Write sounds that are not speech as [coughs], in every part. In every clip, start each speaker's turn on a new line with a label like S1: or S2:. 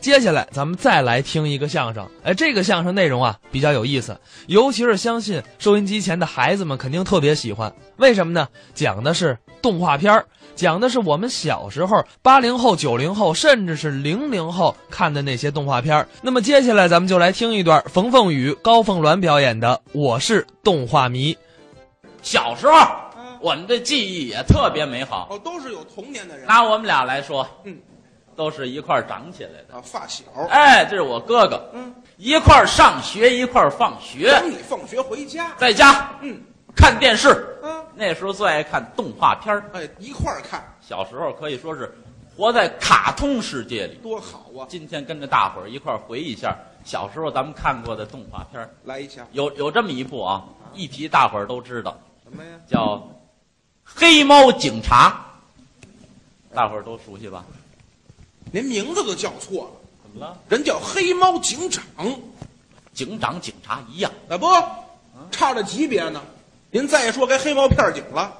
S1: 接下来咱们再来听一个相声，哎，这个相声内容啊比较有意思，尤其是相信收音机前的孩子们肯定特别喜欢。为什么呢？讲的是动画片儿，讲的是我们小时候八零后、九零后，甚至是零零后看的那些动画片儿。那么接下来咱们就来听一段冯凤雨、高凤鸾表演的《我是动画迷》。
S2: 小时候
S3: 嗯，
S2: 我们的记忆也特别美好。
S3: 哦，都是有童年的人
S2: 拿我们俩来说，
S3: 嗯，
S2: 都是一块儿长起来的。
S3: 啊，发小，
S2: 哎，这是我哥哥，
S3: 嗯，
S2: 一块儿上学，一块儿放学，
S3: 等你放学回家，
S2: 在家
S3: 嗯
S2: 看电视。
S3: 啊，
S2: 那时候最爱看动画片儿，
S3: 哎，一块儿看
S2: 小时候可以说是活在卡通世界里。
S3: 多好啊！
S2: 今天跟着大伙儿一块儿回忆一下小时候咱们看过的动画片儿，
S3: 来一下
S2: 有有这么一部啊，一提大伙儿都知道，
S3: 什么呀？
S2: 叫《黑猫警察》，大伙儿都熟悉吧？
S3: 连名字都叫错了，
S2: 怎么了？
S3: 人叫黑猫警长，
S2: 警长、警察一样，
S3: 啊不，差着级别呢。您再说该黑猫片警了，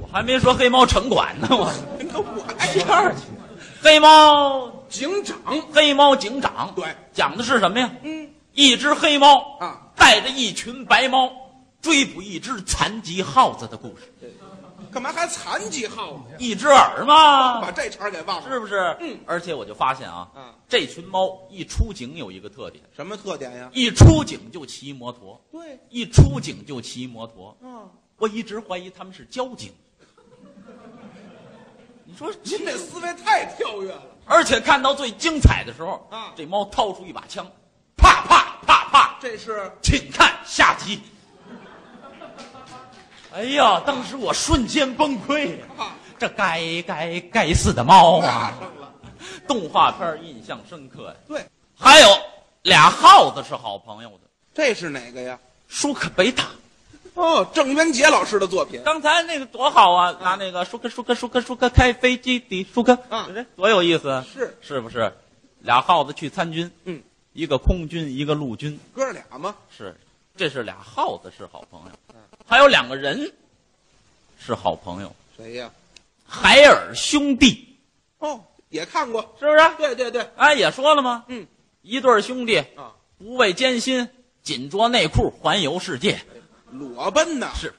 S2: 我还没说黑猫城管呢，我 [laughs]
S3: 您跟我挨边儿去。
S2: 黑猫
S3: 警长，
S2: 黑猫警长，
S3: 对，
S2: 讲的是什么呀？
S3: 嗯
S2: 一只黑猫
S3: 啊，
S2: 带着一群白猫追捕一只残疾耗子的故事，
S3: 干嘛还残疾号呢？
S2: 一只耳嘛
S3: 把，这茬儿给忘了
S2: 是不是？
S3: 嗯，
S2: 而且我就发现啊，
S3: 啊？
S2: 这群猫一出警有一个特点，
S3: 什么特点呀？
S2: 一出警就骑摩托，
S3: 对，
S2: 一出警就骑摩托。
S3: 啊，
S2: 我一直怀疑他们是交警。你说
S3: 您这思维太跳跃了。
S2: 而且看到最精彩的时候，
S3: 啊
S2: 这猫掏出一把枪，啪啪啪啪，
S3: 这是
S2: 请看下集。哎呀，当时我瞬间崩溃呀
S3: 啊
S2: 这该该该死的猫 [laughs]
S3: 骂
S2: 啊！
S3: 上了，
S2: 动画片印象深刻呀。
S3: 对，
S2: 还有俩耗子是好朋友的，
S3: 这是哪个呀？
S2: 舒克贝塔。
S3: 哦，郑渊洁老师的作品。
S2: 刚才那个多好啊！拿那个舒克舒克舒克舒克开飞机的舒克，
S3: 嗯
S2: 这 [laughs] 多有意思啊！
S3: 是
S2: 是不是？俩耗子去参军，
S3: 嗯，
S2: 一个空军，一个陆军，
S3: 哥俩吗？
S2: 是，这是俩耗子是好朋友，
S3: 嗯
S2: 还有两个人是好朋友，
S3: 谁呀？
S2: 海尔兄弟，
S3: 哦，也看过。啊
S2: 是不是？
S3: 对对对，
S2: 哎，也说了吗？
S3: 嗯，
S2: 一对儿兄弟
S3: 啊，
S2: 不畏艰辛，紧着内裤环游世界，
S3: 裸奔呐，
S2: 是，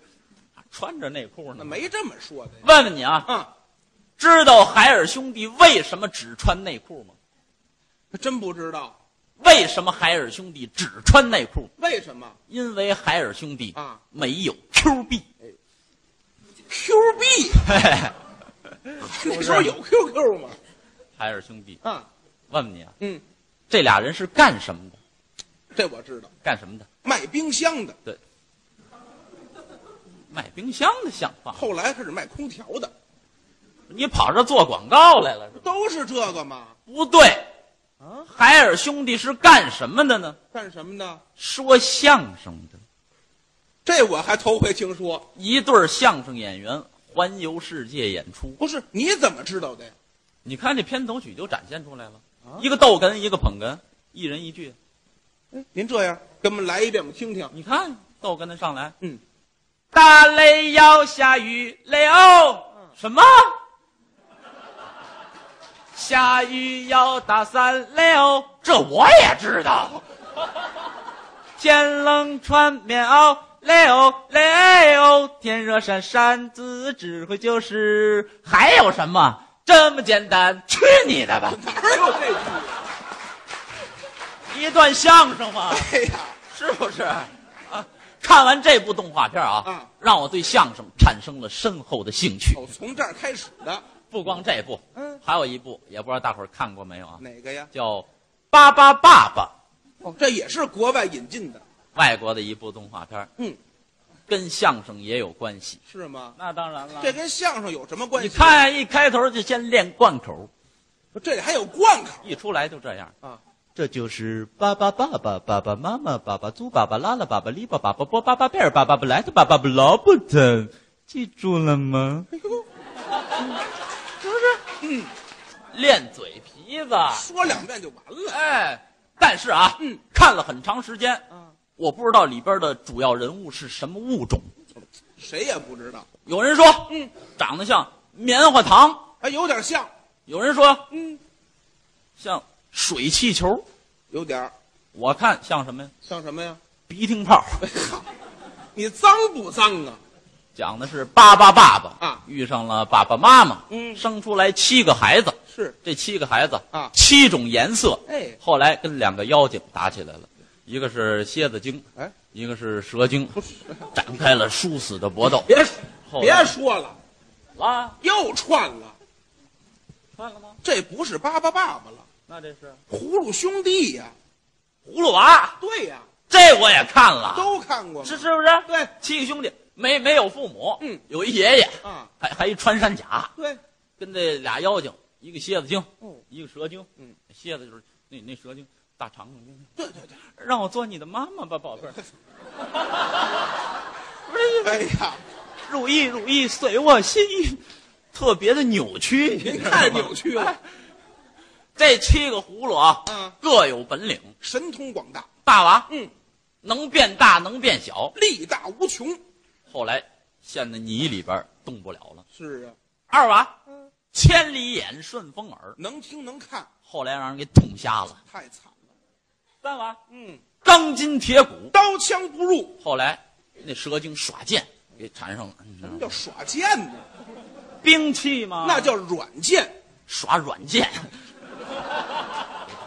S2: 穿着内裤
S3: 那
S2: 呢。
S3: 没这么说的呀。
S2: 问问你啊，
S3: 啊，
S2: 知道海尔兄弟为什么只穿内裤吗？
S3: 真不知道
S2: 为什么海尔兄弟只穿内裤？
S3: 为什么
S2: 因为海尔兄弟
S3: 啊
S2: 没有 Q 币。 [laughs]
S3: ？Q 币那时候有 QQ 吗？
S2: 海尔兄弟，
S3: 啊，
S2: 问问你啊，
S3: 嗯，
S2: 这俩人是干什么的？
S3: 这我知道，
S2: 干什么的？
S3: 卖冰箱的，
S2: 卖冰箱的像话吗？
S3: 后来开始卖空调的，
S2: 你跑这做广告来了是吧？
S3: 都是这个嘛。
S2: 不对，
S3: 啊，
S2: 海尔兄弟是干什么的呢？
S3: 干什么呢？
S2: 说相声的。
S3: 这我还头回听说。
S2: 一对儿相声演员环游世界演出，
S3: 不是，你怎么知道的呀？
S2: 你看这片头曲就展现出来了，
S3: 啊
S2: 一个逗哏，一个捧哏，一人一句。
S3: 哎，您这样给我们来一遍，我们听听。
S2: 你看逗哏的上来，
S3: 嗯，
S2: 打雷要下雨雷哦，什么？下雨要打伞雷哦，这我也知道。 [laughs] 天冷穿棉袄雷哦雷哦，天热扇扇子，指挥就是还有什么这么简单？去你的吧！
S3: 哪有这句啊？
S2: 一段相声嘛。
S3: [laughs] 哎呀，
S2: [laughs] 是不是？啊，看完这部动画片啊，
S3: 嗯
S2: 让我对相声产生了深厚的兴趣。
S3: 哦，从这儿开始的，
S2: 不光这部，
S3: 嗯，
S2: 还有一部，也不知道大伙儿看过没有啊？
S3: 哪个呀？
S2: 叫《巴巴爸爸
S3: 哦，这也是国外引进的，》，
S2: 外国的一部动画片儿
S3: 嗯，
S2: 跟相声也有关系。
S3: 是吗？
S2: 那当然了
S3: 这跟相声有什么关
S2: 你
S3: 系？，
S2: 看一开头就先练贯口，
S3: 这里还有贯口，
S2: 一出来就这样
S3: 啊。
S2: 这就是爸爸爸爸爸爸妈妈爸爸猪爸爸拉拉爸爸里巴爸爸波爸爸贝尔爸爸布莱特爸爸布劳布特，记住了吗？
S3: 哎呦
S2: 练嘴皮子。
S3: 说两遍就完了。
S2: 哎，但是啊，
S3: 嗯，
S2: 看了很长时间，
S3: 啊，
S2: 我不知道里边的主要人物是什么物种。
S3: 谁也不知道，
S2: 有人说，
S3: 嗯，
S2: 长得像棉花糖；
S3: 还有点像，
S2: 有人说
S3: 嗯，
S2: 像水气球，
S3: 有点儿
S2: 我看像什么呀？
S3: 像什么呀？
S2: 鼻涕泡，
S3: 你脏不脏啊？
S2: 讲的是巴巴爸爸
S3: 啊
S2: 遇上了爸爸妈妈，
S3: 嗯
S2: 生出来七个孩子，
S3: 是
S2: 这七个孩子
S3: 啊
S2: 七种颜色，
S3: 哎
S2: 后来跟两个妖精打起来了，一个是蝎子精，
S3: 哎，
S2: 一个是蛇精，
S3: 不是，
S2: 展开了殊死的搏斗。
S3: 别
S2: 后
S3: 别
S2: 来
S3: 说了，
S2: 啊，
S3: 又串了，
S2: 穿了吗？
S3: 这不是巴巴爸爸了，
S2: 那这是
S3: 葫芦兄弟呀、
S2: 葫芦娃，
S3: 对呀、
S2: 这我也看了，
S3: 都看过吗
S2: 是？是不是？
S3: 对
S2: 七个兄弟没没有父母，
S3: 嗯，
S2: 有一爷爷，
S3: 啊，
S2: 还还一穿山甲，
S3: 对，
S2: 跟这俩妖精，一个蝎子精，
S3: 哦
S2: 一个蛇精，
S3: 嗯，
S2: 蝎子就是那那蛇精大长虫，
S3: 对对对，
S2: 让我做你的妈妈吧，宝贝儿，
S3: 哎呀，
S2: 如意如意随我心意，特别的扭曲，
S3: 您太扭曲了，
S2: 这七个葫芦啊，
S3: 嗯
S2: 各有本领，
S3: 神通广大，
S2: 大娃
S3: 嗯，
S2: 能变大能变小，
S3: 力大无穷。
S2: 后来陷在泥里边儿动不了了，
S3: 是啊，
S2: 二娃。
S3: 嗯
S2: 千里眼顺风耳，
S3: 能听能看，
S2: 后来让人给捅瞎了。
S3: 太惨了。
S2: 三娃
S3: 嗯，
S2: 钢筋铁骨，
S3: 刀枪不入，
S2: 后来那蛇精耍剑给缠上了，你知道
S3: 什
S2: 吗
S3: 么叫耍剑呢？
S2: 兵器吗
S3: 那叫软剑，
S2: 耍软剑，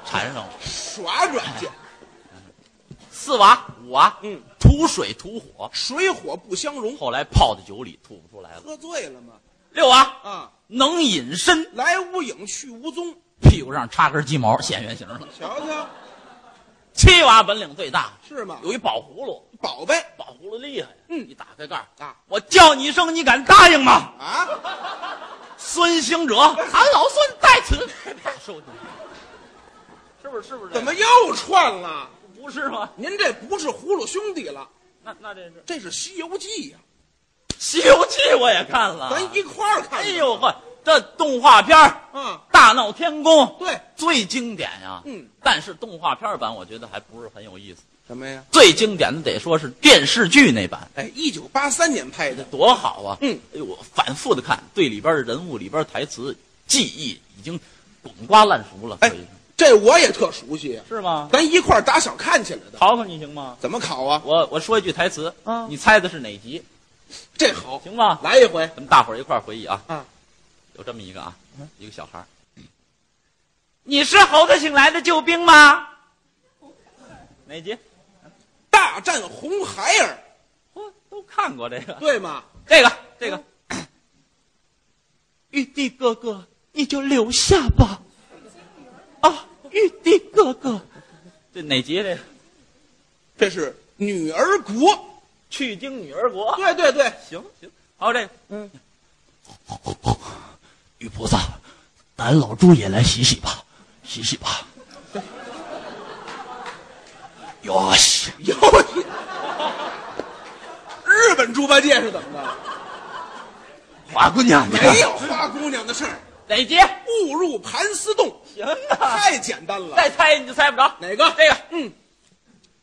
S2: 缠上了。
S3: 耍软剑，
S2: 四娃五娃，
S3: 嗯，
S2: 吐水吐火，
S3: 水火不相容。
S2: 后来泡在酒里吐不出来了。
S3: 喝醉了吗？
S2: 六娃
S3: 啊，
S2: 能隐身，
S3: 来无影去无踪，
S2: 屁股上插根鸡毛现原形了。
S3: 瞧瞧，
S2: 七娃本领最大，
S3: 是吗？
S2: 有一宝葫芦，
S3: 宝贝
S2: 宝葫芦厉害呀，
S3: 嗯
S2: 一打开盖儿
S3: 啊
S2: 我叫你一声，你敢答应吗？
S3: 啊，
S2: 孙行者， [laughs] 俺老孙在此，大受惊。是不是？是不是？
S3: 怎么又串了？
S2: 不是吗？
S3: 您这不是葫芦兄弟了，
S2: 那那这是《
S3: 这是《西游记》呀，
S2: 西游记》，我也看了。
S3: 咱一块儿看
S2: 哎
S3: 的。
S2: 呦呵，这动画片儿
S3: 啊，
S2: 大闹天宫》
S3: 对，
S2: 最经典呀。
S3: 嗯，
S2: 但是动画片版我觉得还不是很有意思。
S3: 什么呀？
S2: 最经典的得说是电视剧那版，
S3: 哎，一九八三年拍的，
S2: 多好啊！
S3: 嗯，
S2: 哎呦，我反复的看，对里边的人物、里边台词、记忆已经滚瓜烂熟了。
S3: 哎
S2: 可以
S3: 这我也特熟悉呀，啊
S2: 是吗？
S3: 咱一块儿打小看起来的。
S2: 考考你行吗？
S3: 怎么考啊？
S2: 我我说一句台词，
S3: 啊
S2: 你猜的是哪集，
S3: 这好，
S2: 行吗？
S3: 来一回。
S2: 咱们大伙儿一块儿回忆啊。
S3: 嗯，
S2: 有这么一个啊，一个小孩儿。你是猴子请来的救兵吗？哪集？
S3: 大战红孩儿，
S2: 我都看过这个。
S3: 对吗？
S2: 这个，这个。 [coughs] 玉帝哥哥，你就留下吧。啊，玉帝哥哥，这哪集？这个
S3: 这是女儿国。
S2: 去经女儿国。
S3: 对对对，
S2: 行行，还有这个，
S3: 嗯，
S2: 玉菩萨，咱老猪也来洗洗吧，洗洗吧。哟西，
S3: 有你。日本猪八戒是怎么的？
S2: 花姑娘
S3: 没有花姑娘的事儿，
S2: 哪集？
S3: 误入盘丝洞，
S2: 行啊，
S3: 太简单了。
S2: 再猜你就猜不着。
S3: 哪个？
S2: 这个
S3: 嗯，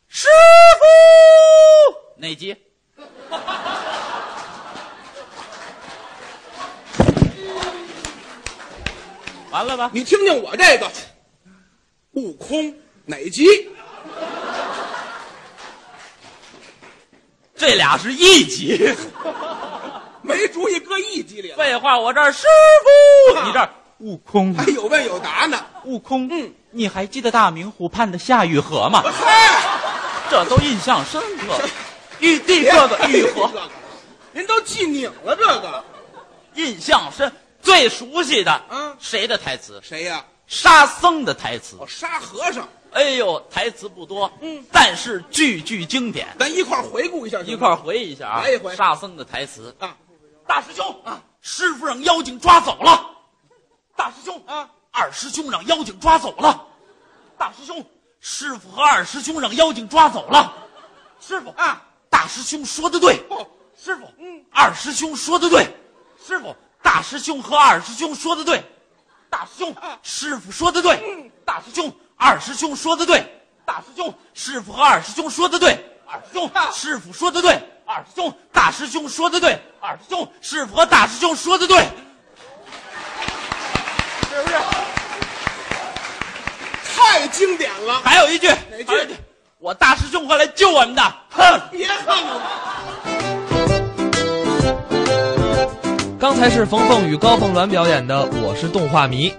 S2: 师傅哪集？ [laughs] 完了吧？
S3: 你听听我这个，悟空哪集？
S2: 这俩是一集。
S3: 没主意搁一集里了。
S2: 废话，我这儿师傅，
S3: 啊
S2: 你这儿悟空
S3: 还有问哎有答呢。
S2: 悟空，
S3: 嗯，
S2: 你还记得大明湖畔的夏雨荷吗？
S3: 嗨，
S2: 这都印象深
S3: [laughs]
S2: 刻。玉帝哥哥，玉
S3: 和
S2: 荷，
S3: 您都记拧了这个。
S2: 印象深，最熟悉的，
S3: 嗯
S2: 谁的台词？
S3: 谁呀、
S2: 沙僧的台词
S3: 哦，。沙和尚。
S2: 哎呦，台词不多，
S3: 嗯，
S2: 但是句句经典。
S3: 咱一块儿回顾一下行吗，
S2: 一块儿回忆一下啊，
S3: 来一回
S2: 沙僧的台词。
S3: 啊！
S2: 大师兄啊，师傅让妖精抓走了。大师兄
S3: 啊，
S2: 二师兄让妖精抓走了。大师兄，师傅和二师兄让妖精抓走了。师傅
S3: 啊，
S2: 大师兄说的对。
S3: 哦
S2: 师傅，
S3: 嗯，
S2: 二师兄说的对。师傅，大师兄和二师兄说的对。大师兄
S3: 啊，
S2: 师傅说的对。大师兄，二师兄说的对。大师兄，师傅和二师兄说的对。二师兄
S3: 啊，
S2: 师傅说的对。二师兄，大师兄说的对。二师兄，师傅和大师兄说的对。是不是？
S3: 太经典了，
S2: 还有一句，
S3: 哪句
S2: 还有一句，我大师兄会来救我们的。哼，
S3: 别恨我。
S1: 刚才是冯凤与高凤鸾表演的《我是动画迷》，